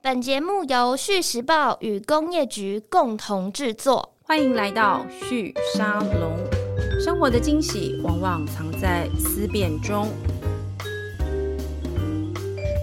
本节目由《续时报》与工业局共同制作。欢迎来到旭沙龙。生活的惊喜往往藏在思辨中。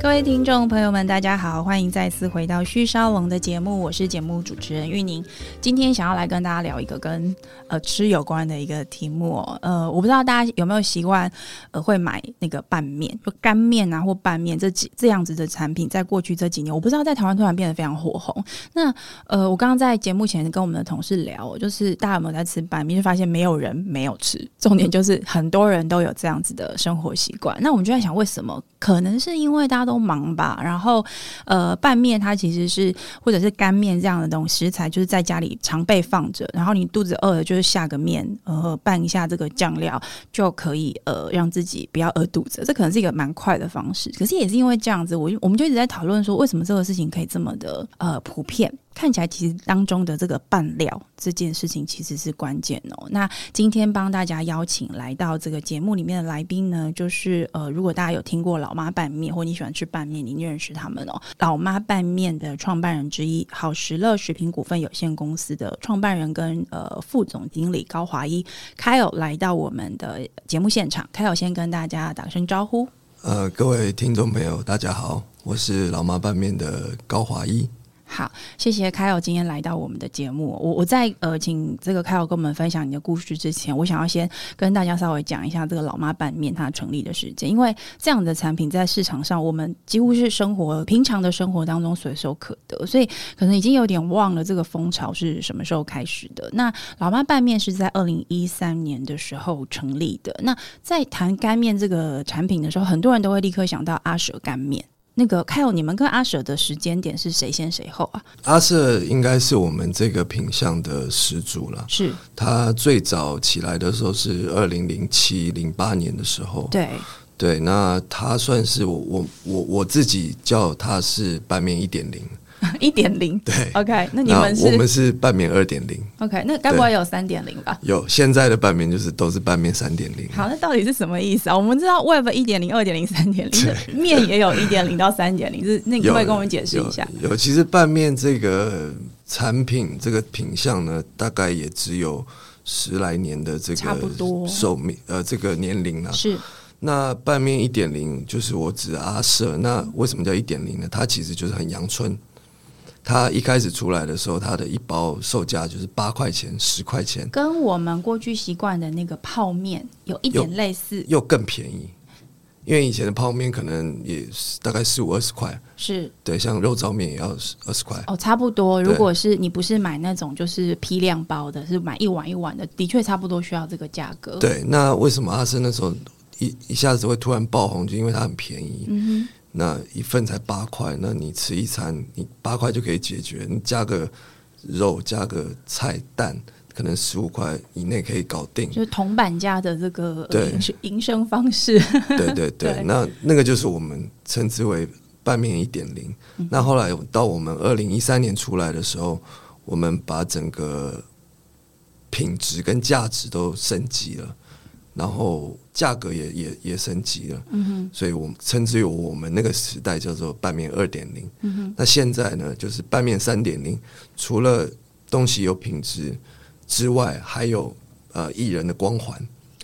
各位听众朋友们，大家好，欢迎再次回到旭沙龙的节目，我是节目主持人玉宁。今天想要来跟大家聊一个跟呃吃有关的一个题目、哦。呃，我不知道大家有没有习惯呃会买那个拌面，就干面啊或拌面这几这样子的产品，在过去这几年，我不知道在台湾突然变得非常火红。那呃，我刚刚在节目前跟我们的同事聊，就是大家有没有在吃拌面，就发现没有人没有吃。重点就是很多人都有这样子的生活习惯。那我们就在想，为什么？可能是因为大家都忙吧。然后呃，拌面它其实是或者是干面这样的东西食材，就是在家里常备放着。然后你肚子饿了，就是下个面，呃，拌一下这个酱料就可以呃让自己不要饿肚子。这可能是一个蛮快的方式。可是也是因为这样子，我就我们就一直在讨论说，为什么这个事情可以这么的呃普遍。看起来其实当中的这个拌料这件事情其实是关键哦。那今天帮大家邀请来到这个节目里面的来宾呢，就是呃，如果大家有听过老妈拌面，或你喜欢吃拌面，你认识他们哦。老妈拌面的创办人之一，好时乐食品股份有限公司的创办人跟呃副总经理高华一 Kyle 来到我们的节目现场。Kyle 先跟大家打声招呼。呃，各位听众朋友，大家好，我是老妈拌面的高华一。好，谢谢凯友今天来到我们的节目。我我在呃，请这个凯友跟我们分享你的故事之前，我想要先跟大家稍微讲一下这个老妈拌面它成立的时间，因为这样的产品在市场上，我们几乎是生活平常的生活当中随手可得，所以可能已经有点忘了这个风潮是什么时候开始的。那老妈拌面是在二零一三年的时候成立的。那在谈干面这个产品的时候，很多人都会立刻想到阿舍干面。那个凯友，你们跟阿舍的时间点是谁先谁后啊？阿舍应该是我们这个品相的始祖了。是，他最早起来的时候是二零零七零八年的时候。对 对，那他算是我我我我自己叫他是拌面一点零。一点零。对 OK，那你哦那们是我们是拌面二点零， OK，那该不会有三点零吧？有现在的拌面就是都是拌面三点零。好，那到底是什么意思啊？我们知道 Web 一点零、二点零、三点零，面也有一点零到三点零，是那你 可有不可以跟我们解释一下？有。有，其实拌面这个产品这个品相呢，大概也只有十来年的这差不多个寿命，呃，这个年龄了、是那拌面一点零就是我指阿舍，那为什么叫一点零呢？它其实就是很阳春。它一开始出来的时候，它的一包售价就是八块钱、十块钱，跟我们过去习惯的那个泡面有一点类似，又更便宜。因为以前的泡面可能也是大概十五二十块，是对，像肉燥面也要二十块，哦，差不多。对如果是你不是买那种就是批量包的，是买一碗一碗的，的确差不多需要这个价格。，对，那为什么阿生那时候一一下子会突然爆红？就因为它很便宜，嗯那一份才八块，那你吃一餐，你八块就可以解决，你加个肉，加个菜蛋，可能十五块以内可以搞定哼，。就是铜板价的这个对营生营生方式。 对对对对，那那个就是我们称之为拌面一点零。嗯那后来到我们二零一三年出来的时候，我们把整个品质跟价值都升级了，然后价格也也也升级了。嗯哼，所以我们称之为我们那个时代叫做拌面二点零。嗯哼，那现在呢，就是拌面三点零，除了东西有品质之外，还有呃艺人的光环。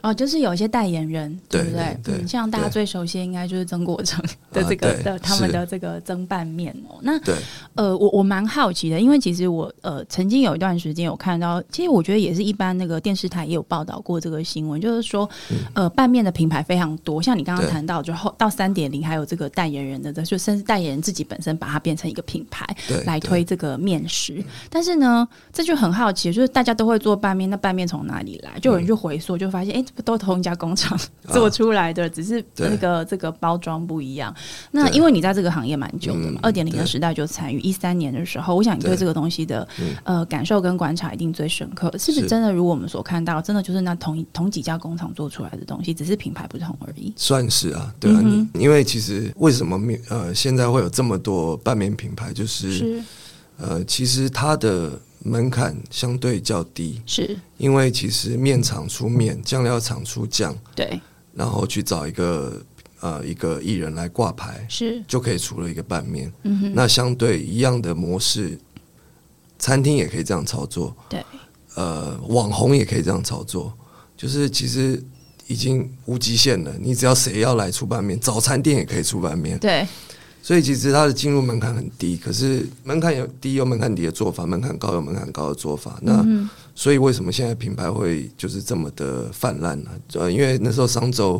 哦，就是有一些代言人，对不对？对对嗯，像大家对啊最熟悉应该就是曾国成的这个、对的他们是的这个蒸拌面哦。那对，呃，我我蛮好奇的，因为其实我呃曾经有一段时间有看到，其实我觉得也是一般那个电视台也有报道过这个新闻，就是说、呃拌面的品牌非常多，像你刚刚嗯对谈到，就后到三点零还有这个代言人的，就甚至代言人自己本身把它变成一个品牌 对来对推这个面食。但是呢，这就很好奇，就是大家都会做拌面，那拌面从哪里来？就有人去回溯，就发现哎、诶这不都同一家工厂 做出来的，只是啊对那个这个包装不一样。那对因为你在这个行业蛮久的嘛，二嗯点零的对时代就参与，一三年的时候，我想你对对嗯这个东西的呃感受跟观察一定最深刻，是不是是真的？如我们所看到，真的就是那同一同几家工厂做出来的东西，只是品牌不同而已。算是啊，对啊，嗯你因为其实为什么面呃现在会有这么多拌面品牌，就是是呃其实它的门槛相对较低，是，因为其实面厂出面，酱料厂出酱，对然后去找一个呃一个艺人来挂牌，是，就可以出了一个拌面。嗯哼，那相对一样的模式，餐厅也可以这样操作，对，呃，网红也可以这样操作，就是其实已经无极限了。你只要谁要来出拌面，早餐店也可以出拌面，对，所以其实它的进入门槛很低。可是门槛有低有门槛低的做法，门槛高有门槛高的做法。嗯那、所以为什么现在品牌会就是这么的泛滥呢、呃，因为那时候商周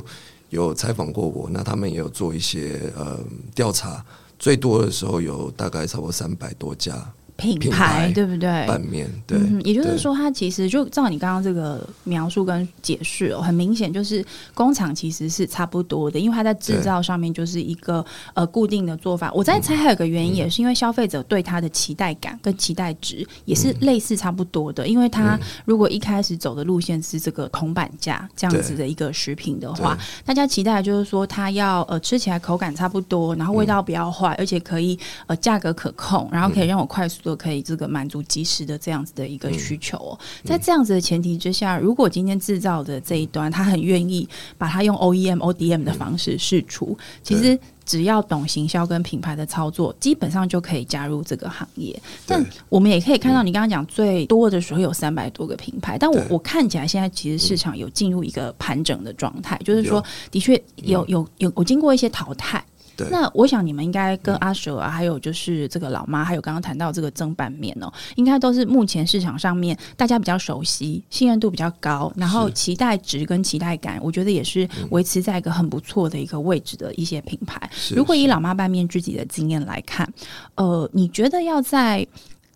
有采访过我，那他们也有做一些呃调查，最多的时候有大概差不多三百多家品品牌对不对？拌面，对，嗯哼，也就是对说，它其实就照你刚刚这个描述跟解释哦，很明显就是工厂其实是差不多的，因为它在制造上面就是一个呃固定的做法。我在猜还有一个原嗯因，也是因为消费者对它的期待感跟期待值也嗯是类似差不多的，因为它如果一开始走的路线是这个铜板价这样子的一个食品的话，大家期待的就是说它要呃吃起来口感差不多，然后味道不要坏，而且可以呃价格可控，然后可以让我快速的可以这个满足及时的这样子的一个需求、哦。在这样子的前提之下，如果今天制造的这一端他很愿意把它用 OEM、ODM 的方式试出，其实。只要懂行销跟品牌的操作，基本上就可以加入这个行业。对但我们也可以看到，你刚刚讲最多的时候有三百多个品牌，但我对我看起来现在其实市场有进入一个盘整的状态，就是说，的确有有有有经过一些淘汰。嗯对嗯那我想你们应该跟阿舍啊，还有就是这个老妈，还有刚刚谈到这个蒸拌面哦，应该都是目前市场上面大家比较熟悉、信任度比较高，然后期待值跟期待感，我觉得也是嗯维持在一个很不错的一个位置的一些品牌。是如果以老妈拌面自己的经验来看，呃，你觉得要在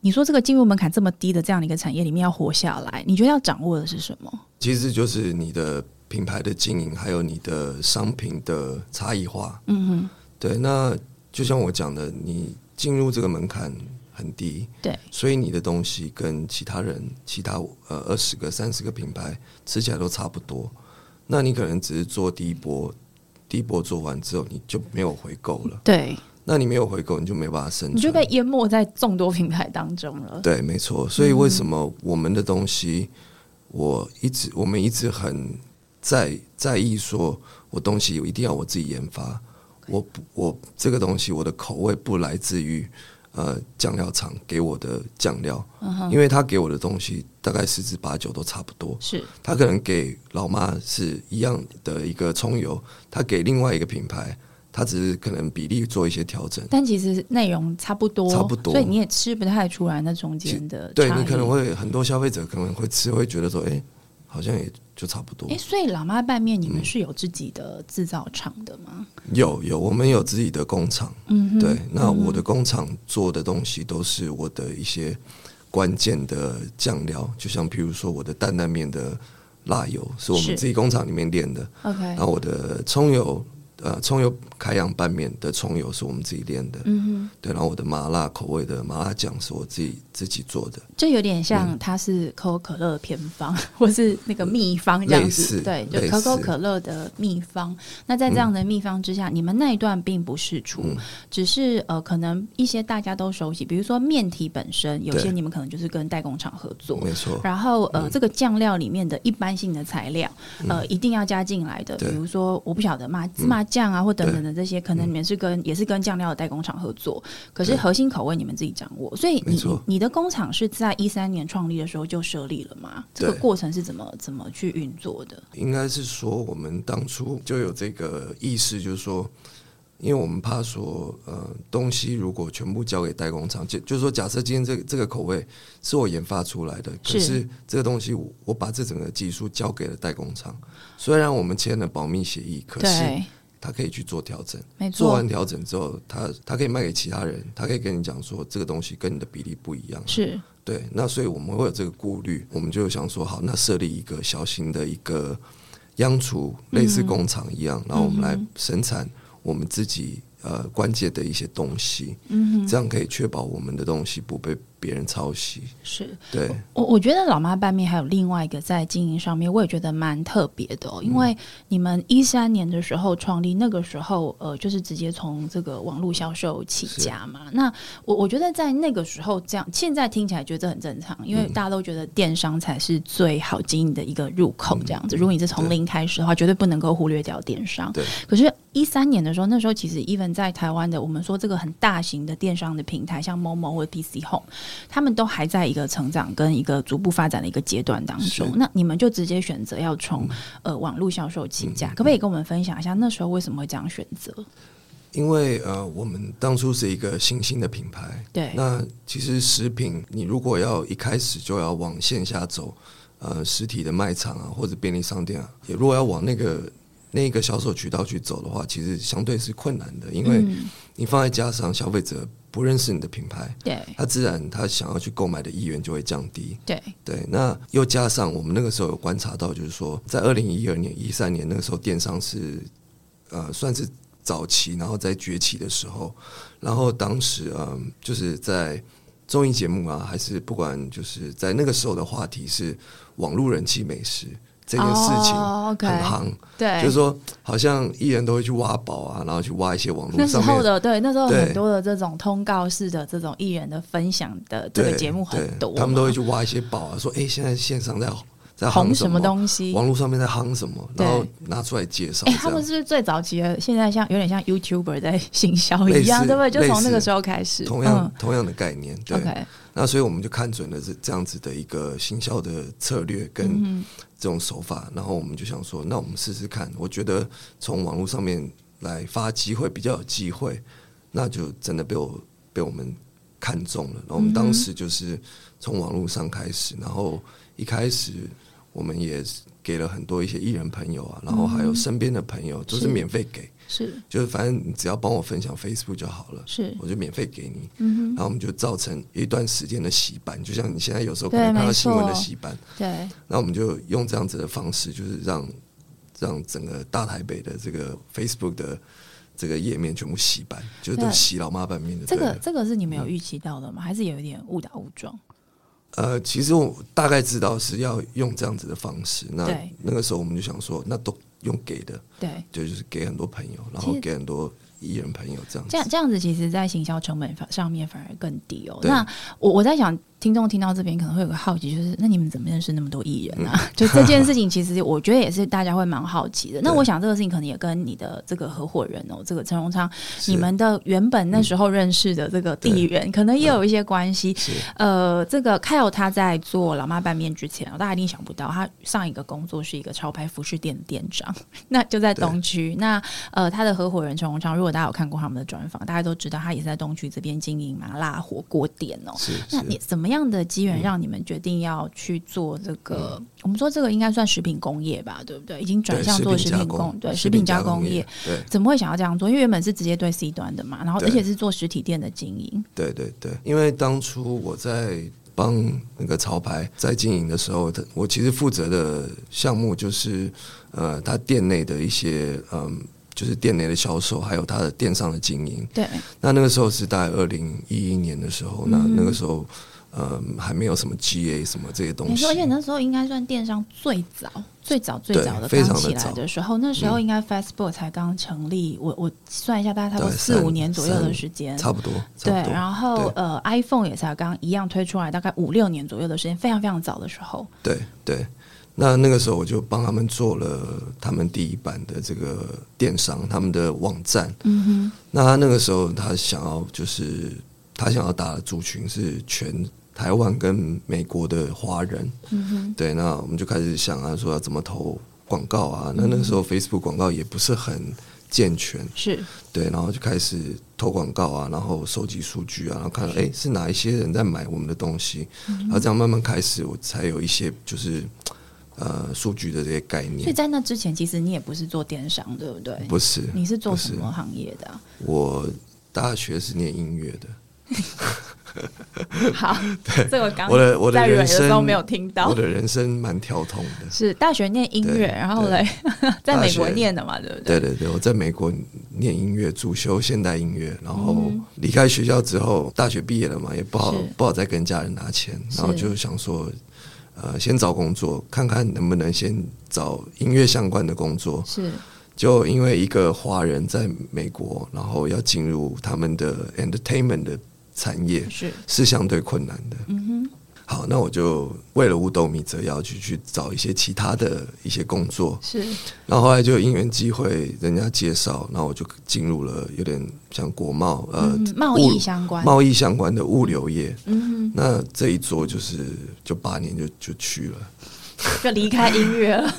你说这个进入门槛这么低的这样的一个产业里面要活下来，你觉得要掌握的是什么？其实就是你的品牌的经营，还有你的商品的差异化。嗯哼，对。那就像我讲的，你进入这个门槛很低，对，所以你的东西跟其他人、其他呃二十个、三十个品牌吃起来都差不多。那你可能只是做第一波，第一波做完之后你就没有回购了。对，那你没有回购，你就没办法生存，你就被淹没在众多品牌当中了。对，没错。所以为什么我们的东西，我一直我们一直很在在意说，我东西一定要我自己研发。我不我这个东西我的口味不来自于呃酱料厂给我的酱料，因为他给我的东西大概十之八九都差不多。是他可能给老妈是一样的一个葱油，他给另外一个品牌，他只是可能比例做一些调整。但其实内容差不多，差不多所以你也吃不太出来那中间的对差你异可能。会很多消费者可能会吃，会觉得说，哎、好像也就差不多哎、。所以老妈拌面你们嗯是有自己的制造厂的吗？有有，我们有自己的工厂，嗯哼，对，那我的工厂做的东西都是我的一些关键的酱料，就像譬如说我的担担面的辣油是我是们自己工厂里面炼的， ，OK，然啊后我的葱油。呃，葱油开阳拌面的葱油是我们自己炼的，嗯对，然后我的麻辣口味的麻辣酱是我自己自己做的，哼，这有点嗯像它是可口可乐的偏方， 或是那个秘方这样子，类似对，就类似可口可乐的秘方。那在这样的秘方之下，你们那一段并不是出，嗯只是呃，可能一些大家都熟悉，比如说面体本身，有些对你们可能就是跟代工厂合作，没错，然后嗯呃，这个酱料里面的一般性的材料，呃，一定要加进来的，比对如说我不晓得嘛，芝麻酱啊，或等等的这些，可能嗯你们是跟也是跟酱料的代工厂合作，可是对核心口味你们自己掌握，所以没你错你的工厂是在一三年创立的时候就设立了嘛？这个对过程是怎么怎么去运作的？应该是说我们当初就有这个意识，就是说，因为我们怕说，呃，东西如果全部交给代工厂，就就是说，假设今天这个这个口味是我研发出来的，是可是这个东西我我把这整个技术交给了代工厂，虽然我们签了保密协议，可呃是对，他可以去做调整，没做错完，调整之后，他他可以卖给其他人，他可以跟你讲说这个东西跟你的比例不一样，是对，那所以我们会有这个顾虑，我们就想说，好，那设立一个小型的一个央厨，类似工厂一样，然后我们来生产我们自己呃关键的一些东西，嗯，这样可以确保我们的东西不被别人抄袭。是对，我我觉得老妈拌面还有另外一个在经营上面，我也觉得蛮特别的、哦，因为你们一三年的时候创立，那个时候呃，就是直接从这个网络销售起家嘛。那我我觉得在那个时候这样，现在听起来觉得很正常，因嗯为大家都觉得电商才是最好经营的一个入口，嗯这样子。如果你是从零开始的话，绝对不能够忽略掉电商。对。可是，一三年的时候，那时候其实 even 在台湾的，我们说这个很大型的电商的平台，像 Momo 或者 PC Home。他们都还在一个成长跟一个逐步发展的一个阶段当中。那你们就直接选择要嗯从、呃网络销售起家，可不可以跟我们分享一下那时候为什么会这样选择？因为呃，我们当初是一个新兴的品牌，对那其实食品，你如果要一开始就要往线下走，呃，实体的卖场啊，或者便利商店啊，也如果要往那个那个销售渠道去走的话，其实相对是困难的，因为嗯你放在家上，消费者不认识你的品牌，对他自然他想要去购买的意愿就会降低。对对，那又加上我们那个时候有观察到，就是说，在二零一二年、一三年那个时候，电商是呃算是早期，然后在崛起的时候，然后当时嗯、就是在综艺节目啊，还是不管就是在那个时候的话题是网络人气美食这件事情哦，OK 哎很夯，对，就是说好像艺人都会去挖宝啊，然后去挖一些网那络时上候面。的对，那时候对很多的这种通告式的这种艺人的分享的这个对节目很对多嘛，他们都会去挖一些宝啊，说哎、现在线上在在夯红什什么东西。网络上面在夯什么，对然后拿出来介绍，哎、这他样们是不是最早期的？现在像有点像 YouTuber 在行销一类样，似对不对？就从那个类似时候开始，同样、同样的概念，嗯对。 ，OK，那所以我们就看准了这这样子的一个行销的策略跟嗯这种手法，然后我们就想说，那我们试试看。我觉得从网络上面来发机会比较有机会，那就真的被我被我们看中了。然后我们当时就是从网络上开始，然后一开始我们也给了很多一些艺人朋友啊，然后还有身边的朋友都嗯是是免费给。是就是反正你只要帮我分享 Facebook 就好了，是，我就免费给你。嗯哼，然后我们就造成一段时间的洗版，就像你现在有时候可对能看没到新闻的错洗版，对。那我们就用这样子的方式，就是让让整个大台北的这个 Facebook 的这个页面全部洗版，就是都对洗老妈版面的。这个对了这个是你们嗯有预期到的吗？还是有一点误打误撞？呃，其实我大概知道是要用这样子的方式。那对那个时候我们就想说，那都用给的，对，就就是给很多朋友，然其后实给很多艺人朋友这样子。这样这样子，其实，在行销成本上上面反而更低哦。对那我我在想，听众听到这边可能会有个好奇，就是那你们怎么认识那么多艺人 啊？就这件事情，其实我觉得也是大家会蛮好奇的。那对我想这个事情可能也跟你的这个合伙人哦，这个陈荣昌，是嗯你们的原本那时候认识的这个地缘，可能也有一些关系。是呃，这个凯友他在做老妈拌面之前，大家一定想不到，他上一个工作是一个潮牌服饰店的店长， 那就在东区。那呃，他的合伙人陈宏昌，如果大家有看过他们的专访，大家都知道他也是在东区这边经营麻辣火锅店哦。是是那你怎么样的机缘让你们决定要去做这个？我们说这个应该算食品工业吧，对不对？已经转对向做食加品工工，，对食食品加加工业业，，对怎么会想要这样做？因为原本是直接对 C 端的嘛，然后对而且是做实体店的经营，对对对，因为当初我在帮那个潮牌在经营的时候，他我其实负责的项目就是呃，他店内的一些嗯。就是店内的销售，还有他的电商的经营。对那那个时候是大概二零一一年的时候，那那个时候，嗯，还没有什么 GA 什么这些东没西错，而。且那时候应该算电商最早、最早、最早的非刚常起地来早嗯的时候，那时候应该 Facebook 才刚成立，我我算一下，大概差不多对四五三年左右的三时间，差不多，差对，不多。然后呃，iPhone 也才刚一样推出来，大概五六年左右的时间，非常非常早的时候，对对，那那个时候我就帮他们做了他们第一版的这个电商，他们的网站。嗯哼。那他那个时候他想要就是他想要打的族群是全台湾跟美国的华人。嗯哼，对，那我们就开始想啊，说要怎么投广告啊。那那个时候 Facebook 广告也不是很健全，是对，然后就开始投广告啊，然后收集数据啊，然后看到哎是哪一些人在买我们的东西，然后这样慢慢开始，我才有一些就是呃数据的这些概所以念。在那之前，其实你也不是做电商，对不对？不是，你是做不什是 么行业的啊、我大学是念音乐的，好，这个刚我的我的在蕊人生时候没有听到我。的人生蛮跳痛的。是大学念音乐，对然后嘞， 在美国大学念的嘛，对不对？对对对，我在美国念音乐，主修现代音乐，然后离开学校之后，大学毕业了嘛，也不好嗯是不好再跟家人拿钱，是然后就想说，呃，先找工作，看看能不能先找音乐相关的工作。是就因为一个华人在美国，然后要进入他们的 entertainment 的产业是，是相对困难的。嗯哼，好，那我就为了五斗米折腰，去去找一些其他的一些工作。是然后后来就因缘机会，人家介绍，然后我就进入了有点像国贸呃、嗯贸易相关，贸易相关的物流业。嗯那这一做就是就八年就就去了，哼，就离开音乐了，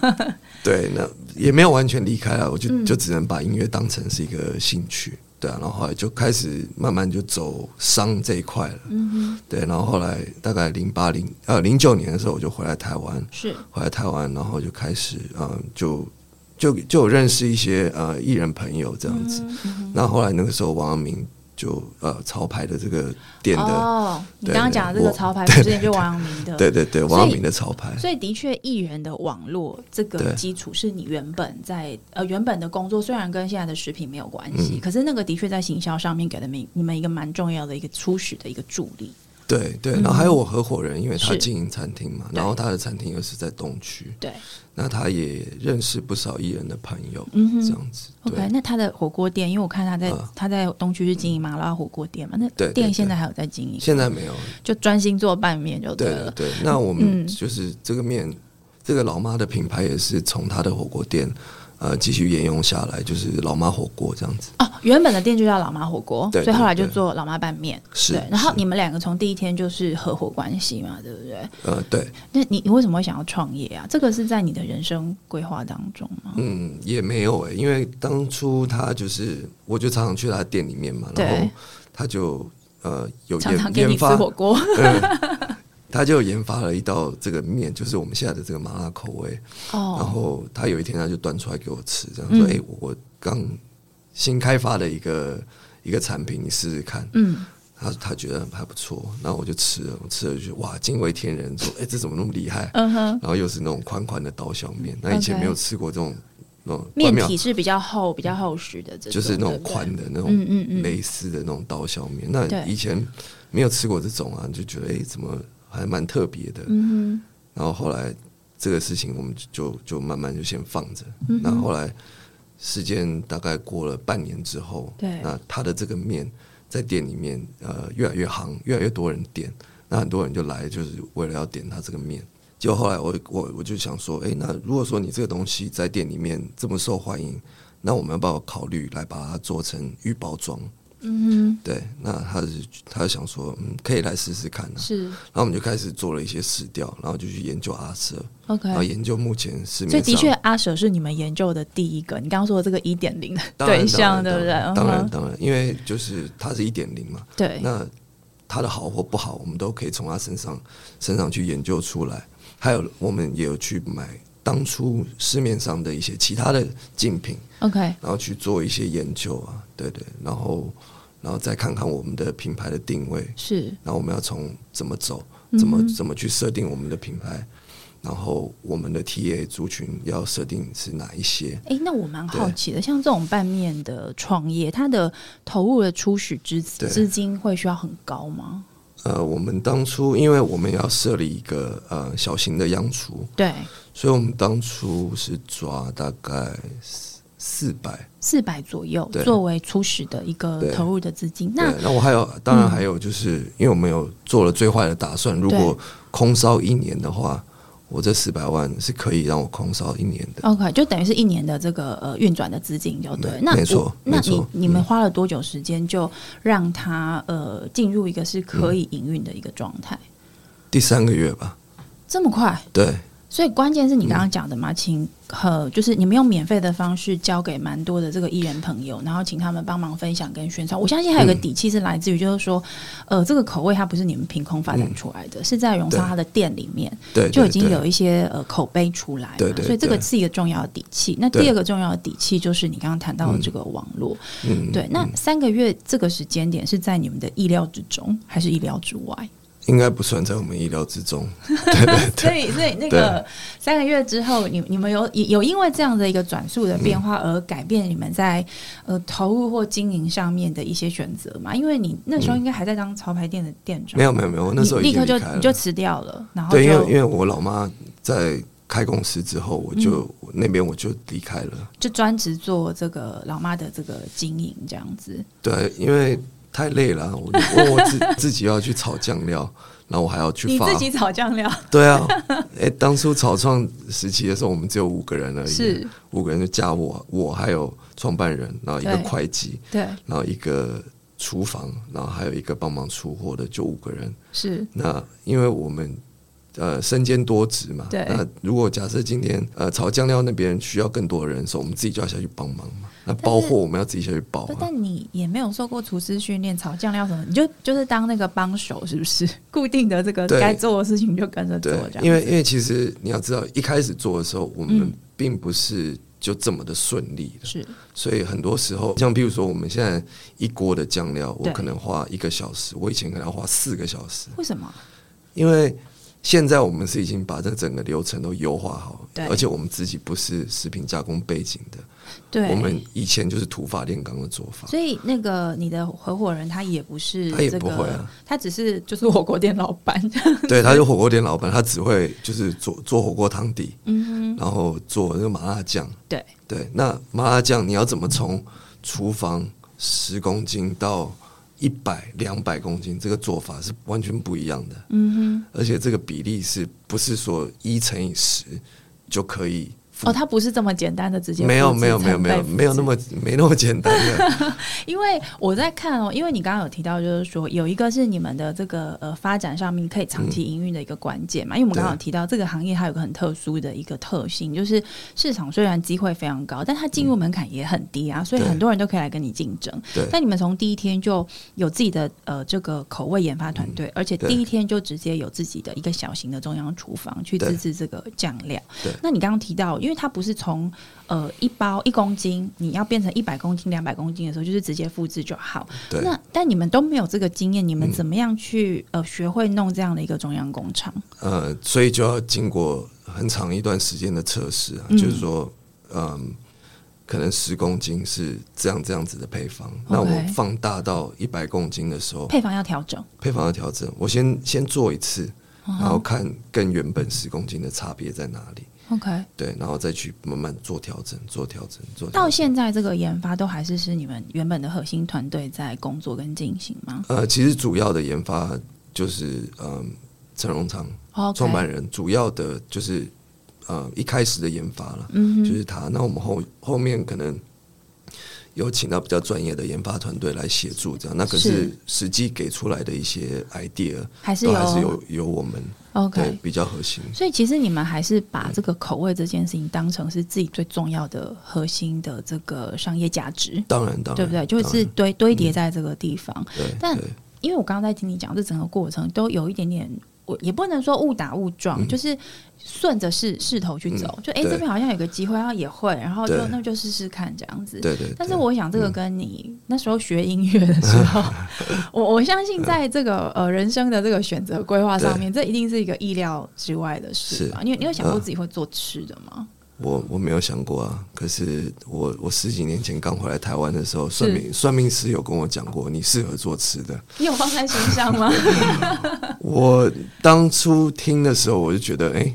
对，那也没有完全离开了，我就、嗯就只能把音乐当成是一个兴趣，对啊，然后后来就开始慢慢就走商这一块了， 嗯哼，对，然后后来大概零八零呃零九年的时候我就回来台湾，是回来台湾，然后就开始呃就就就有认识一些呃艺人朋友这样子，嗯那后来那个时候，王阳明就呃潮牌的这个店的，哦，你对刚刚讲的这个我潮牌，之前就王阳明的，对对对，王阳明的潮牌，所以的确，艺人的网络这个对基础是你原本在呃原本的工作，虽然跟现在的食品没有关系，嗯可是那个的确在行销上面给了你你们一个蛮重要的一个初始的一个助力。对对。然后还有我合伙人，因为嗯他是经营餐厅嘛，对然后他的餐厅又是在东区，对那他也认识不少艺人的朋友，嗯哼这样子， ，OK，对那他的火锅店，因为我看他在、嗯他在东区是经营麻辣火锅店嘛，对那对店对现在还有在经营，现在没有，就专心做拌面就对对了。对。那我嗯们就是这个面，这个老妈的品牌也是从他的火锅店。呃，继续沿用下来，就是老妈火锅这样子。哦，原本的店就叫老妈火锅，对所以后来对就对做老妈拌面。是对，然后是你们两个从第一天就是合伙关系嘛，对不对？呃，对，那你你为什么会想要创业啊？这个是在你的人生规划当中吗？嗯，也没有诶、因为当初他就是，我就常常去他店里面嘛，对然后他就呃有常常研给你吃研发，火锅，嗯他就研发了一道这个面，就是我们现在的这个麻辣口味。然哦，后他有一天他就端出来给我吃，这样嗯说：“哎、我我刚新开发的一个一个产品，你试试看。嗯，他他觉得还不错，然后我就吃了，我吃了就觉得哇，惊为天人，说：“哎、这怎么那么厉害？”嗯哼，然后又是那种宽宽的刀削面，那以 OK 前没有吃过这种那种面关庙体是比较厚、比较厚实的，这就是那种宽的，的嗯那种嗯嗯，蕾丝的那种刀削面。对那以前没有吃过这种啊，就觉得哎、诶怎么还蛮特别的。嗯然后后来这个事情我们就就就慢慢就先放着。嗯哼那、后来时间大概过了半年之后，对那他的这个面在店里面呃越来越行，越来越多人点，那很多人就来就是为了要点他这个面。结果后来我我我就想说，哎、那如果说你这个东西在店里面这么受欢迎，那我们要不要考虑来把它做成预包装？哼，嗯对，那他是他就想说，嗯，可以来试试看、啊哼，。是然后我们就开始做了一些试调，然后就去研究阿舍， OK 然。后研究目前市面嗯所以上，的确，阿舍是你们研究的第一个，你刚刚说的这个一点零的当然对象，对当不对？然嗯当然哼当然，因为就是它是一点零嘛，对，那它的好或不好，我们都可以从它身上身上去研究出来。还有，我们也有去买当初市面上的一些其他的竞品， OK，然后去做一些研究啊，对对，然后然后再看看我们的品牌的定位，是然后我们要从怎么走，嗯怎么哼怎么去设定我们的品牌，然后我们的 TA 族群要设定是哪一些？哎、那我蛮好对奇的，像这种拌面的创业，它的投入的初始资对资金会需要很高吗？呃，我们当初因为我们要设立一个呃小型的央厨，对，所以我们当初是抓大概四四百。四百左右对作为初始的一个对投入的资金。对那，嗯那我还有，当然还有，就是、因为我们有做了最坏的打算，如果空烧一年的话，我这四百万是可以让我空烧一年的。 OK，就等于是一年的这个呃运转的资金就对。没那没我错那没你错你们嗯花了多久时间就让它呃进入一个是可嗯以营运的一个状态？第三个月吧，这么快？对，所以关键是你刚嗯刚讲的嘛，请呃，就是你们用免费的方式交给蛮多的这个艺人朋友，然后请他们帮忙分享跟宣传。我相信还有一个嗯底气是来自于，就是说，呃，这个口味它不是你们凭空发展出来的，是在荣商对它的店里面对，就对已经对有一些呃口碑出来嘛，对对所以这个对是一个重要的底气。那对第二个重要的底气就是你刚刚谈到的这个网络，嗯，对。那嗯三个月这个时间点是在你们的意料之中还是意料之外？应该不算在我们意料之中。对 对所对，以，所以那个三个月之后，你你们有有有因为这样的一个转速的变嗯化而改变你们在呃投入或经营上面的一些选择吗？因为你那时候应该还在当潮牌店的店长，嗯没有没有没有，我那时候你已立经刻就离开你就了。辞掉了，然后对，因为哦就因为我老妈在开公司之后，我就、嗯我那边我就离开了。就专职做这个老妈的这个经营这样子。对，啊因为太累了，我我我 自自己要去炒酱料，然后我还要去你发。自己炒酱料对啊，哎、当初草创时期的时候，我们只有五个人而已，是五个人就加我，我还有创办人，然后一个对会计，对然后一个厨房，然后还有一个帮忙出货的，就五个人。是那因为我们呃身兼多职嘛，对那如果假设今天呃炒酱料那边需要更多的人手，我们自己就要下去帮忙嘛。那包货我们要自己下去包不，啊。但你也没有受过厨师训练，炒酱料什么，你就就是当那个帮手，是不是？ 固定的这个对该做的事情就跟着做对这，样。因为因为其实你要知道，一开始做的时候，我嗯们并不是就这么的顺利的，是所以很多时候，像譬如说我们现在一锅的酱料，我对可能花一个小时，我以前可能要花四个小时，为什么？因为现在我们是已经把这整个流程都优化好对，而且我们自己不是食品加工背景的，对，我们以前就是土法炼钢的做法。所以那个你的合伙人他也不是、这个，他也不会啊他只是就是火锅店老板，对，他就火锅店老板，他只会就是做做火锅汤底，嗯哼，然后做那个麻辣酱。 对，对，那麻辣酱你要怎么从厨房十公斤到一百、两百公斤，这个做法是完全不一样的。嗯而且这个比例是不是说一乘以十就可以 哼，哦，他不是这么简单的直接没有复制没有没有成没被有复制没有那么没那么简单的，因为我在看哦，因为你刚刚有提到，就是说有一个是你们的这个呃发展上面可以长嗯期营运的一个关键嘛，因为我们刚刚有提到这个行业它有个很特殊的一个特性，就是市场虽然机会非常高，但它进入门槛也很低啊，所以对很多人都可以来跟你竞争。对但你们从第一天就有自己的呃这个口味研发团队，而且嗯对第一天就直接有自己的一个小型的中央厨房去对自制这个酱料对。那你刚刚提到，因为它不是从呃一包一公斤，你要变成一百公斤、两百公斤的时候，就是直接复制就好。 对嗯那但你们都没有这个经验，你们怎么样去、呃学会弄这样的一个中央工厂？呃，所以就要经过很长一段时间的测试啊，嗯就是说，嗯，可能十公斤是这样这样子的配方，那我放大到一百公斤的时候，配方要调整，嗯配方要调整，我先先做一次，然后看跟原本十公斤的差别在哪里， OK。对，然后再去慢慢做调整，做调整，做到调整。现在这个研发都还是是你们原本的核心团队在工作跟进行吗呃，其实主要的研发就是嗯，陈荣昌？OK，创办人主要的就是呃一开始的研发了，嗯就哼，是他。那我们后后面可能有请到比较专业的研发团队来协助，这样。那可是是实际给出来的一些 idea 还是都有还是有有我们 OK，对比较核心。所以其实你们还是把这个口味这件事情当成是自己最重要的核心的这个商业价值，当然，当然，对不对？就当是然嗯堆堆叠在这个地方。对，但对因为我刚刚在听你讲这整个过程，都有一点点，我也不能说误打误撞，就是顺着势势头去走，嗯就哎、诶对这边好像有个机会，然后也会，然后就对那就试试看这样子。对对。但是对我想，这个跟你那时候学音乐的时 候，我我相信在这个呃人生的这个选择规划上面，这一定是一个意料之外的事是吧？你有你有想过嗯自己会做吃的吗？我我没有想过啊，可是我我十几年前刚回来台湾的时候，算命算命师有跟我讲过，你适合做吃的。你有放在心上 吗？我当初听的时候，我就觉得，哎、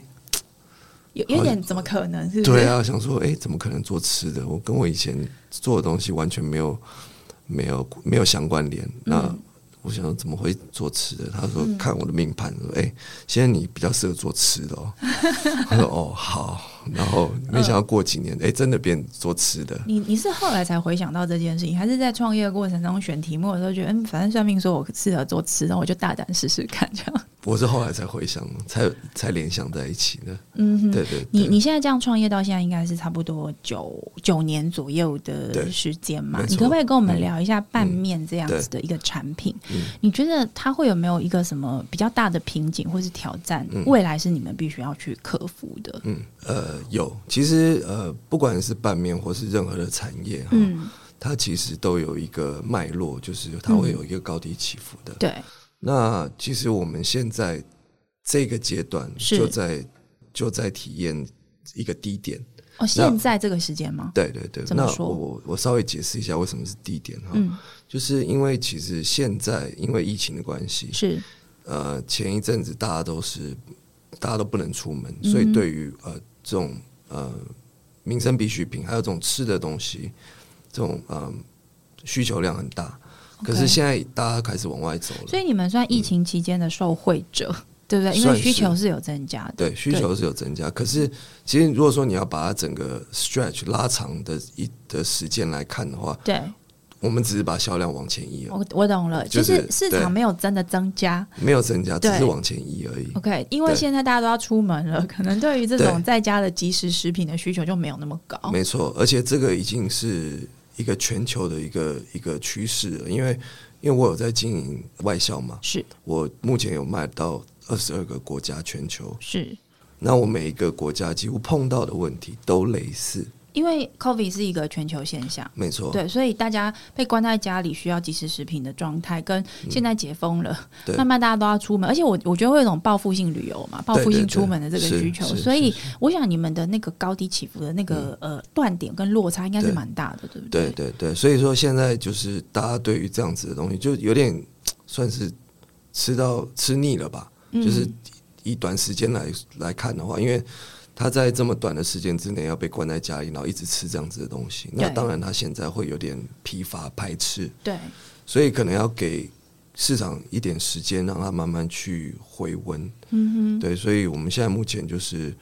有有点怎么可能？是不是？对啊，想说，哎、怎么可能做吃的？我跟我以前做的东西完全没有没有没有相关联。嗯那我想说怎么会做吃的？他说看我的命盘，说，哎、现在你比较适合做吃的 哦。他说哦好，然后没嗯想到过几年，哎、真的变做吃的。你你是后来才回想到这件事情，还是在创业过程中选题目的时候觉得，嗯，反正算命说我适合做吃，然后我就大胆试试看这样。我是后来才回想，才才联想在一起的。嗯哼，对对你对，你现在这样创业到现在，应该是差不多九九年左右的对时间嘛没？错你可不可以跟我们聊一下拌面这样子的一个产品？嗯你觉得它会有没有一个什么比较大的瓶颈或是挑战？未来是你们必须要去克服的。嗯呃有，其实呃不管是拌面或是任何的产业哈，嗯，嗯它其实都有一个脉络，就是它会有一个高低起伏的。对，哦那其实我们现在这个阶段是就在就在体验一个低点，哦，现在这个时间吗？对对对。怎么那说我我我稍微解释一下为什么是低点哈，嗯，就是因为其实现在因为疫情的关系，是呃，前一阵子大家都是大家都不能出门，嗯哼所以对于呃这种呃民生必需品，还有这种吃的东西，这种呃需求量很大。可是 OK 现在大家开始往外走了，所以你们算疫情期间的受惠者，对不对？因为嗯算是需求是有增加的。对需求是有增加。可是其实如果说你要把它整个 stretch 拉长的一的时间来看的话，对，我们只是把销量往前移而已，我我懂了，就就是是市场对没有真的增加。没有增加，只是对往前移而已。 OK，因为对现在大家都要出门了，可能对于这种对在家的即食食品的需求就没有那么高。没错，而且这个已经是一个全球的一个一个趋势了，因为因为我有在经营外销嘛，是我目前有卖到二十二个国家全球，是，那我每一个国家几乎碰到的问题都类似，因为 COVID 是一个全球现象。没错，对，所以大家被关在家里需要即时食品的状态，跟现在解封了，嗯对慢慢大家都要出门，而且我我觉得会有一种报复性旅游嘛，报复性出门的这个需求，对对对是嗯所以我想你们的那个高低起伏的那个、呃断点跟落差应该是对蛮大的，对不对对对，所以说现在就是大家对于这样子的东西，就有点算是吃到吃腻了吧，嗯就是以短时间来来看的话，因为他在这么短的时间之内要被关在家里，然后一直吃这样子的东西，那对当然他现在会有点疲乏排斥，对所以可能要给市场一点时间，让它慢慢去回温。嗯对，所以我们现在目前就是，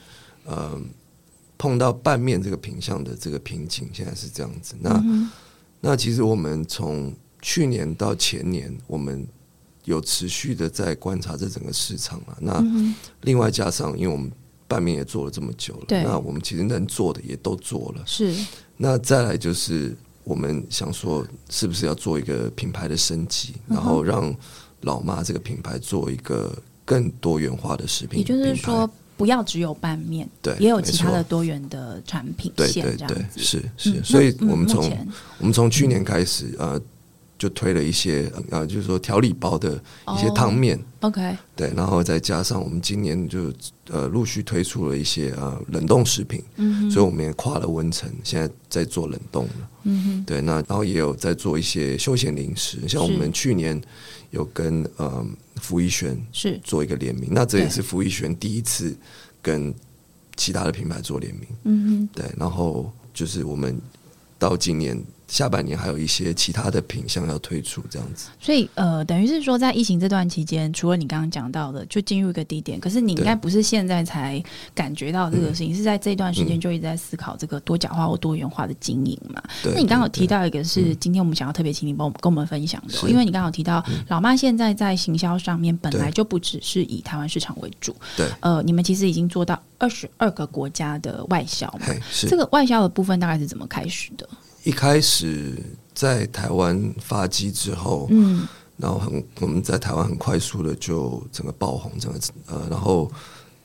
呃，碰到拌面这个品相的这个瓶颈，现在是这样子。那、嗯那其实我们从去年到前年，我们有持续的在观察这整个市场啊。那嗯另外加上，因为我们拌面也做了这么久了，对那我们其实能做的也都做了哼，。是那再来就是我们想说，是不是要做一个品牌的升级，嗯然后让老妈这个品牌做一个更多元化的食品也品就牌。是说不要只有拌面，对，也有其他没的错。多元的产品对线对这对样，子，是嗯是，那所以嗯我们目从前我们从去年开始，呃，就推了一些呃，就是说调理包的一些哦汤面， OK 对，然后再加上我们今年就呃陆续推出了一些呃冷冻食品，嗯、所以我们也跨了温层，现在在做冷冻了。嗯、对，那然后也有在做一些休闲零食，像我是们去年有跟呃福一轩是做一个联名，那这也对是福一轩第一次跟其他的品牌做联名。嗯对，然后就是我们到今年下半年还有一些其他的品相要推出，这样子。哼，所以呃等于是说在疫情这段期间，除了你刚刚讲到的就进入一个低点，可是你应对嗯该不是现在才感觉到这个事情，是在这段时间就一直在思考这个多角化或多元化的经营嘛？对，那你刚刚有对嗯提到一个是今天我们想要特别请你帮我们跟我们分享的哦，是嗯因为你刚刚有提到老妈现在在行销上面本对来就不只是以台湾市场为主，对呃，你们其实已经做到二十二个国家的外销嘛对，嘿，是这个外销的部分大概是怎么开始的？一开始在台湾发迹之后，嗯，然后很我们在台湾很快速的就整个爆红，整个呃，然后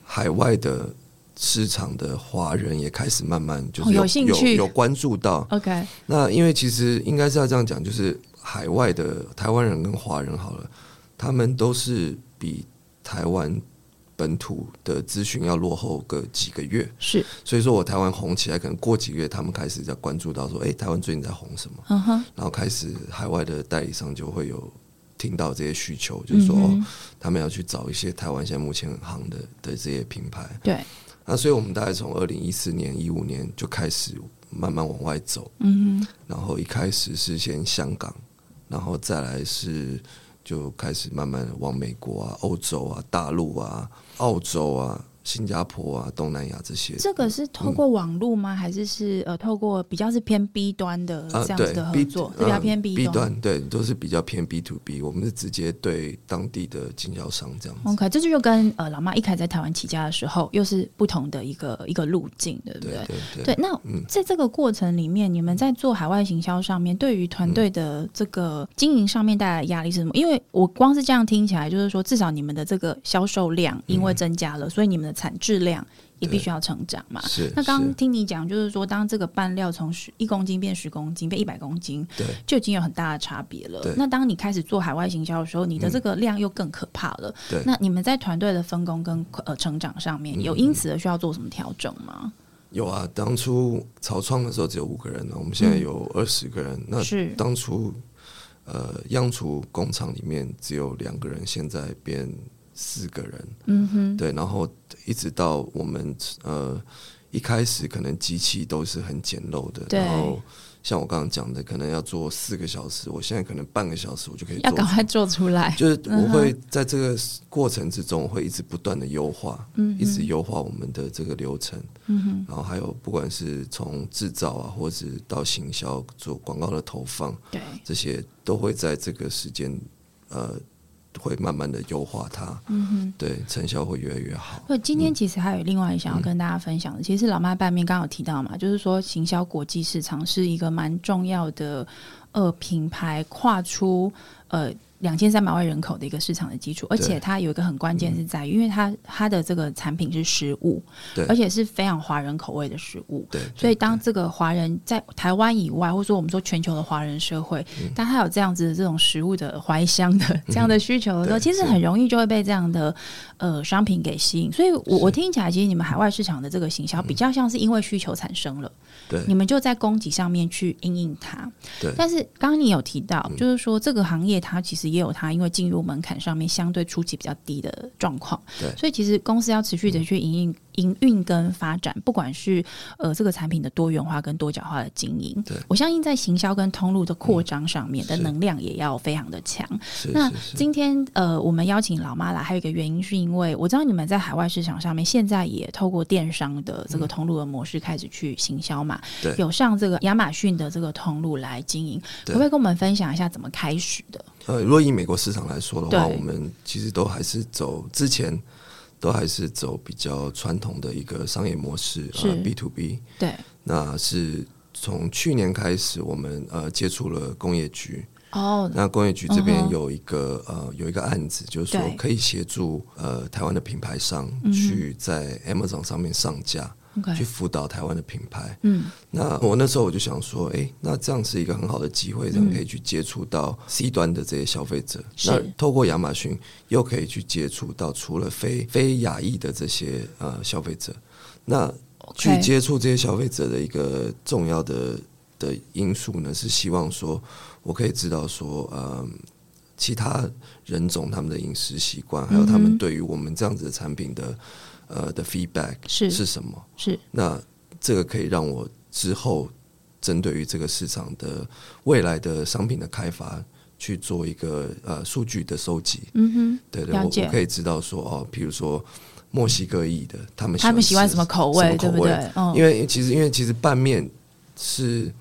海外的市场的华人也开始慢慢就哦是有有、兴有趣有关注到。 OK，那因为其实应该是要这样讲，就是海外的台湾人跟华人好了，他们都是比台湾本土的资讯要落后个几个月，是，所以说我台湾红起来，可能过几个月他们开始在关注到说，诶，台湾最近在红什么？嗯哼，然后开始海外的代理商就会有听到这些需求，就是说、嗯哦他们要去找一些台湾现在目前很行的的这些品牌。对，那所以我们大概从二零一四年、一五年就开始慢慢往外走，嗯哼，然后一开始是先香港，然后再来是就开始慢慢地往美国啊、欧洲啊、大陆啊、澳洲啊、新加坡啊、东南亚这些。这个是透过网络吗？还是是呃透过比较是偏 B 端的啊，这样对子的合 B- 作，呃是比较偏 B 端。端，对，都是比较偏 B to B，我们是直接对当地的经销商这样子。 OK，这就跟呃老妈一开始在台湾起家的时候，又是不同的一个一个路径，对不对对对对，那嗯在这个过程里面，你们在做海外行销上面，对于团队的这个经营上面带来的压力是嗯什么？因为我光是这样听起来，就是说，至少你们的这个销售量因为增加了，所以你们的产质量也必对须要成长嘛。是那刚刚是听你讲，就是说，当这个拌料从十一公斤变十公斤，变一百公斤，对就已经有很大的差别了对。那当你开始做海外行销的时候，你的嗯这个量又更可怕了。对嗯那你们在团队的分工跟呃成长上面，有因此而需要做什么调整吗？有啊，当初草创的时候只有五个人啊呢，我们现嗯在有二十个人。那是当初呃，央厨工厂里面只有两个人，现在变四个人。嗯哼，对，然后一直到我们呃一开始可能机器都是很简陋的，对然后像我刚刚讲的，可能要做四个小时，我现在可能半个小时我就可以要做赶。快做出来。就是我会在这个过程之中，我会一直不断的优化，嗯哼一直优化我们的这个流程，嗯哼，然后还有不管是从制造啊，或者是到行销做广告的投放，对，这些都会在这个时间呃会慢慢的优化它，嗯哼。对，成效会越来越好。不，今天其实还有另外想要跟大家分享的，其实老妈拌面刚刚有提到嘛，就是说行销国际市场是一个蛮重要的呃品牌跨出呃。两千三百万人口的一个市场的基础，而且它有一个很关键是在于，因为它它的这个产品是食物，对而且是非常华人口味的食物，对，所以，当这个华人在台湾以外，或者说我们说全球的华人社会，嗯当他有这样子的这种食物的怀乡的这样的需求的时候，对其实是很容易就会被这样的呃商品给吸引。所以我，我听起来，其实你们海外市场的这个行销比较像是因为需求产生了，嗯对你们就在供给上面去应应它。对嗯但是刚刚你有提到，就是说这个行业它其实也有它因为进入门槛上面相对初期比较低的状况，对所以其实公司要持续嗯的去营运、营运跟发展，不管是呃这个产品的多元化跟多角化的经营，对我相信在行销跟通路的扩张上面的能量也要非常的强。是那是是今天呃，我们邀请老妈来，还有一个原因是因为我知道你们在海外市场上面现在也透过电商的这个通路的模式开始去行销嘛，嗯对有上这个亚马逊的这个通路来经营，可对不可以跟我们分享一下怎么开始的？呃，如果以美国市场来说的话，对我们其实都还是走之前都还是走比较传统的一个商业模式，是呃，B to B。对，那是从去年开始，我们呃接触了工业局。哦，那工业局这嗯边哼有一个、呃有一个案子，就是说对可以协助呃台湾的品牌商嗯哼去在 Amazon 上面上架，去 OK，辅导台湾的品牌。嗯，那我那时候我就想说，诶，那这样是一个很好的机会，这样可以去接触到 C 端的这些消费者。嗯是那透过亚马逊，又可以去接触到除了非非亚裔的这些呃消费者。那 OK 去接触这些消费者的一个重要的的因素呢，是希望说我可以知道说，嗯。其他人种他们的饮食习惯，还有他嗯们哼对于我们这样子的产品的，呃的 feedback 是是是什么？那这个可以让我之后针对于这个市场的未来的商品的开发去做一个呃数据的收集。嗯对对，了我解我可以知道说哦，比如说墨西哥裔的，他们哼，他们喜欢吃什么口味，什对么不口味对？嗯，因为为其实因为其实拌面是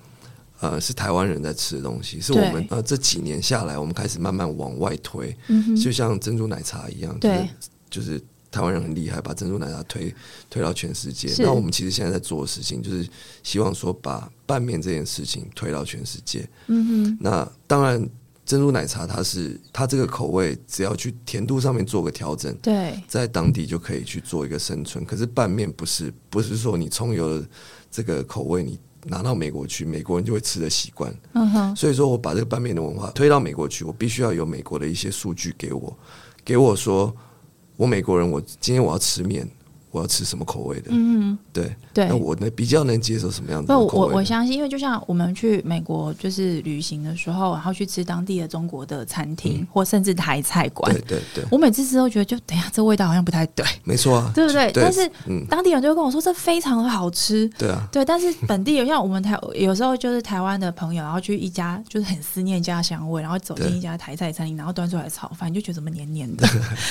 呃是台湾人在吃的东西，是我对们呃这几年下来，我们开始慢慢往外推，嗯哼就像珍珠奶茶一样，就是对就是台湾人很厉害，把珍珠奶茶推推到全世界是。那我们其实现在在做的事情，就是希望说把拌面这件事情推到全世界。嗯那当然，珍珠奶茶它是它这个口味，只要去甜度上面做个调整哼，。对，在当地就可以去做一个生存，可是拌面不是，不是说你葱油的这个口味你拿到美国去，美国人就会吃的习惯。嗯哼，所以说我把这个拌面的文化推到美国去，我必须要有美国的一些数据给我，给我说，我美国人，我今天我要吃面，我要吃什么口味的？嗯哼，对，对那。我能比较能接受什么样子不，的我口我味我的？相信，因为就像我们去美国就是旅行的时候，然后去吃当地的中国的餐厅，或甚至台菜馆嗯对，对对，我每次吃都觉得就，等一下这味道好像不太对，没错啊，对不对？对但是嗯，当地人就会跟我说这非常的好吃。对啊，对，但是本地有像我们台有时候就是台湾的朋友，然后去一家就是很思念家乡味，然后走进对一家台菜餐厅，然后端出来的炒饭，你就觉得怎么黏黏的，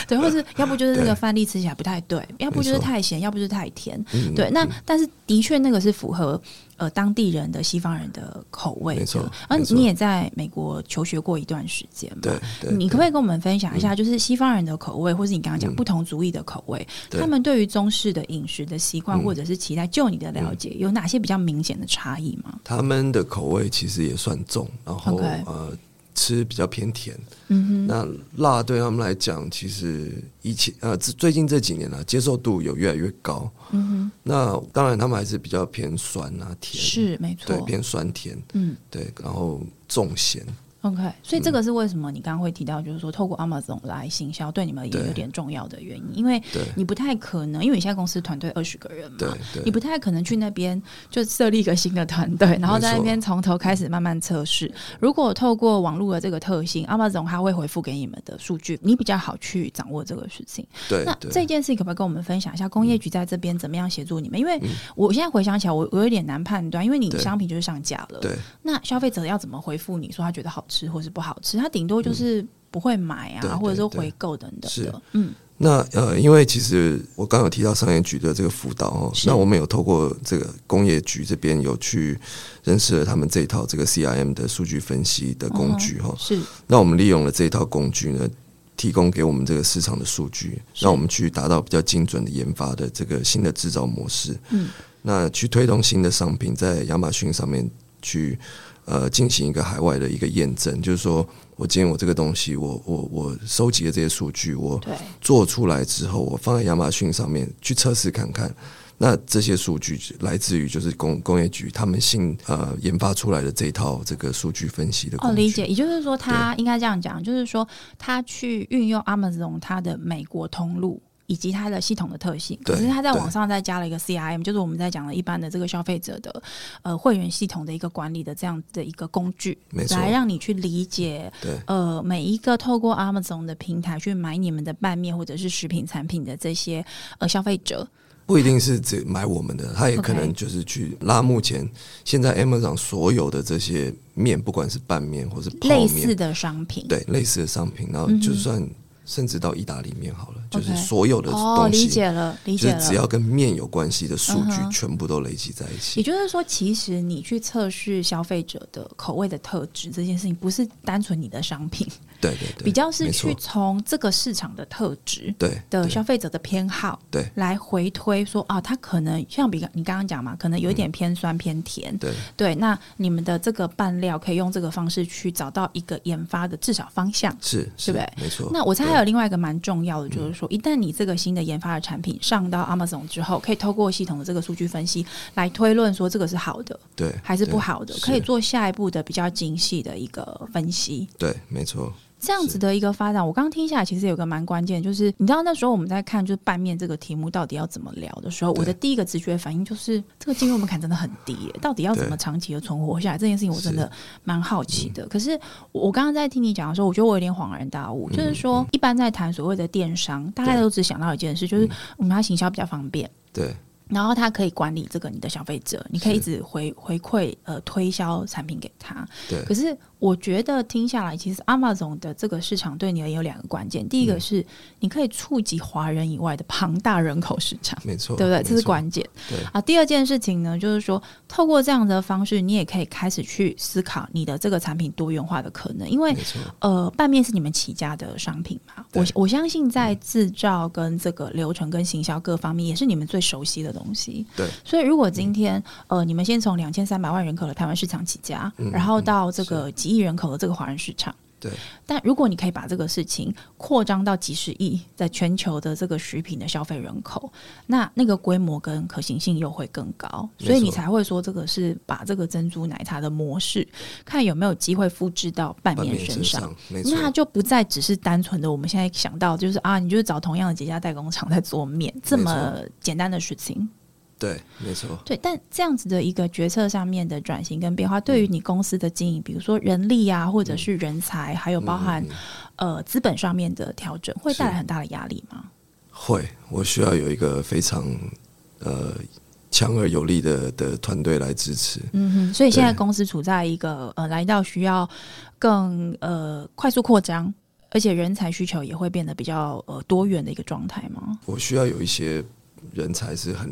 对，或是要不就是那个对饭粒吃起来不太对，要不就是没错太咸，要不就是太甜，嗯，对，那嗯但是的确那个是符合呃当地人的西方人的口味的，没错而没错你也在美国求学过一段时间嘛，对对，你可不对可以跟我们分享一下，就是西方人的口味，或是你刚刚讲嗯不同族裔的口味，对他们对于中式的饮食的习惯嗯或者是期待，就你的了解，有哪些比较明显的差异吗？他们的口味其实也算重，然后 OK 呃，吃比较偏甜，嗯哼，那辣对他们来讲，其实以前呃最最近这几年啊，接受度有越来越高。嗯哼，那当然他们还是比较偏酸啊甜，是没错对，偏酸甜，嗯对，然后重咸。 ，OK，所以这个嗯是为什么你刚刚会提到，就是说透过 Amazon 来行销对你们也对有点重要的原因，因为对你不太可能，因为你现在公司团队二十个人嘛，对你对不太可能去那边就设立一个新的团队，然后在那边从头开始慢慢测试。如果透过网络的这个特性，Amazon 它会回复给你们的数据，你比较好去掌握这个事情。对那这对，件事情可不可以跟我们分享一下？工业局在这边怎么样协助你们？因为我现在回想起来，我我有点难判断，因为你嗯对商品就是上架了，对那消费者要怎么回复你说他觉得好吃或是不好吃？他顶多就是不会买啊，嗯对对或者说对回购等等是的。嗯，那呃，因为其实我刚有提到商业局的这个辅导哦，是那我们有透过这个工业局这边有去认识了他们这一套这个 CRM 的数据分析的工具哈、是那我们利用了这一套工具呢，提供给我们这个市场的数据，是让我们去达到比较精准的研发的这个新的制造模式。嗯，那去推动新的商品在亚马逊上面去呃进行一个海外的一个验证，就是说我今天我这个东西，我我我收集的这些数据，我对，做出来之后，我放在亚马逊上面去测试看看。那这些数据来自于就是工工业局他们新呃研发出来的这一套这个数据分析的工哦，具。理解。也就是说，他应该这样讲，就是说他去运用 Amazon 它的美国通路。以及它的系统的特性，可对是它在对网上再加了一个 CRM，就是我们在讲的一般的这个消费者的呃会员系统的一个管理的这样的一个工具，没错来啊让你去理解对呃每一个透过 Amazon 的平台去买你们的拌面或者是食品产品的这些呃消费者，不一定是只买我们的，他也 OK 可能就是去拉目前现在 Amazon 所有的这些面，不管是拌面或是泡类似面，的商品。对类似的商品，然后嗯哼就算甚至到意大利面好了，就 OK 是所有的哦，东理西，解了，理解就是了。只要跟面有关系的数据嗯哼全部都累积在一也起。就是说，其实你去测试消费者的口味的特质这件事情，不是单纯你的商品，对对对，比较是没去错从这个市场的特质对的对消费者的偏好。对来回推说啊，它可能像比你刚刚讲嘛，可能有一点偏酸偏甜，对对。那你们的这个拌料可以用这个方式去找到一个研发的至少方向，是是对不对没错。那我猜还有另外一个蛮重要的，就是说，一旦你这个新的研发的产品上到 Amazon 之后，可以透过系统的这个数据分析来推论说这个是好的对还是对不好的，是可以做下一步的比较精细的一个分析。对，没错，这样子的一个发展，我刚刚听下来，其实有个蛮关键，就是你知道那时候我们在看就是拌面这个题目到底要怎么聊的时候，对我的第一个直觉反应就是这个进入门槛真的很低耶，到底要怎么对长期的存活下来这件事情，我真的蛮好奇嗯的。可是我刚刚在听你讲的时候，我觉得我有点恍然大悟，就是说一般在谈所谓的电商，大家嗯对嗯都只想到一件事，就是我们它行销比较方便。对然后他可以管理这个你的消费者，你可以一是直回回馈呃推销产品给他。对可是我觉得听下来，其实 Amazon 的这个市场对你而言有两个关键，第嗯一个是你可以触及华人以外的庞大人口市场。没错，对不对？哦没这是错关键。对啊，第二件事情呢，就是说，透过这样的方式，你也可以开始去思考你的这个产品多元化的可能，因为没错，呃，拌面是你们起家的商品嘛？我对我相信在制造跟这个流程跟行销各方面，也是你们最熟悉的东西。对嗯所以如果今天、呃，你们先从两千三百万人口的台湾市场起家，嗯然后到这个几亿人口的这个华人市场。对但如果你可以把这个事情扩张到几十亿，在全球的这个食品的消费人口，那那个规模跟可行性又会更高，没错所以你才会说这个是把这个珍珠奶茶的模式，看有没有机会复制到拌拌面面身身上。上，没错那，它就不再只是单纯的我们现在想到就是啊，你就是找同样的几家代工厂在做面这么简单的事情。对，没错，对，但这样子的一个决策上面的转型跟变化，对于你公司的经营，比如说人力啊，或者是人才，还有包含嗯嗯嗯呃资本上面的调整，会带来很大的压力吗？会，我需要有一个非常呃强而有力的的团队来支持。嗯哼，所以现在对公司处在一个呃来到需要更呃快速扩张，而且人才需求也会变得比较呃多元的一个状态吗？我需要有一些人才是很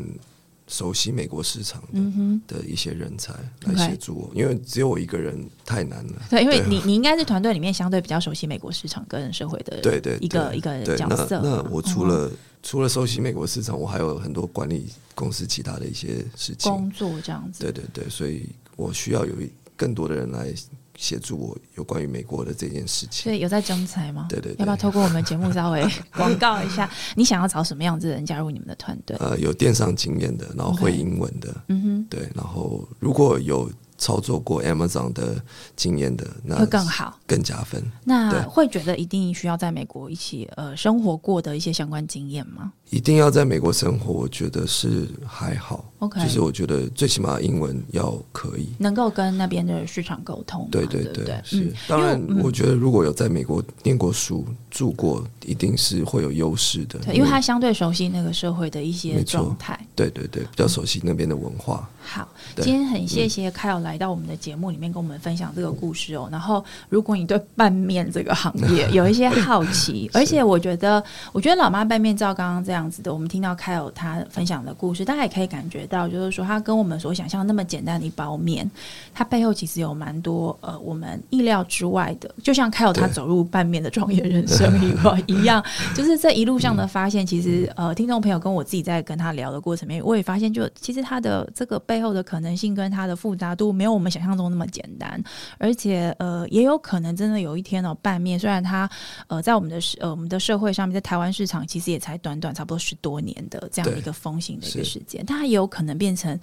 熟悉美国市场的、嗯哼。的一些人才 OK 来协助我，因为只有我一个人太难了。对，因为对你你应该是团队里面相对比较熟悉美国市场跟社会的对对，一个对一个对角色嘛。那那我除嗯了、除了熟悉美国市场，我还有很多管理公司其他的一些事情。工作这样子，对对对，所以我需要有一更多的人来协助我有关于美国的这件事情。所以有在征才吗？对对对要不要透过我们节目稍 微广告一下？你想要找什么样子的人加入你们的团队？呃，有电商经验的，然后会 OK 英文的，嗯哼，对，然后如果有操作过 Amazon 的经验的，那会更好。更加分。对那会觉得一定需要在美国一起呃生活过的一些相关经验吗？一定要在美国生活，我觉得是还好。 OK 就是我觉得最起码英文要可以。能够跟那边的市场沟通嘛，对对对不对，是。嗯，当然因为，嗯我觉得如果有在美国念过书、住过，一定是会有优势的。对，因为他相对熟悉那个社会的一些没错状态。对对对，比较熟悉那边的文化。好，对今天很谢谢凯尔来到我们的节目里面跟我们分享这个故事哦。然后，如果你对拌面这个行业有一些好奇， 而且我觉得，我觉得老妈拌面照刚刚这样子的，我们听到凯尔他分享的故事，大家也可以感觉到，就是说他跟我们所想象那么简单的一包面，它背后其实有蛮多呃我们意料之外的，就像凯尔他对走入拌面的创业人生以外一样，就是这一路上的发现，其实呃，听众朋友跟我自己在跟他聊的过程里面，我也发现就，其实他的这个背后的可能性跟他的复杂度，没有我们想象中那么简单，而且呃，也有可能真的有一天哦，拌面虽然它呃在我们的社呃我们的社会上面，在台湾市场其实也才短短差不多十多年的这样的一个风行的一个是时间，但它也有可能变成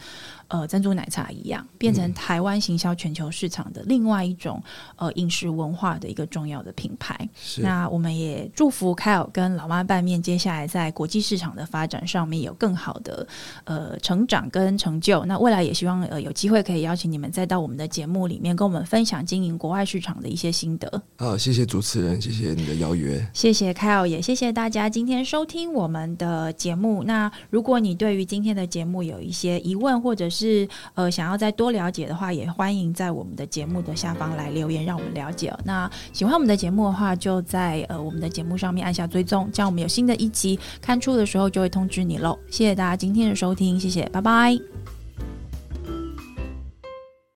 呃珍珠奶茶一样，变嗯成台湾行销全球市场的另外一种呃饮食文化的一个重要的品牌。是，那我们也祝福凯尔跟老妈拌面接下来在国际市场的发展上面有更好的呃成长跟成就。那未来也希望呃有机会可以邀请你们再到我们的节目里面跟我们分享经营国外市场的一些心得。好，啊谢谢主持人，谢谢你的邀约。谢谢凯尔，也谢谢大家今天收听我们的节目。那如果你对于今天的节目有一些疑问，或者是呃想要再多了解的话，也欢迎在我们的节目的下方来留言，让我们了解哦。那喜欢我们的节目的话，就在呃我们的节目上面按下追踪，这样我们有新的一集刊出的时候就会通知你喽。谢谢大家今天的收听，谢谢，拜拜。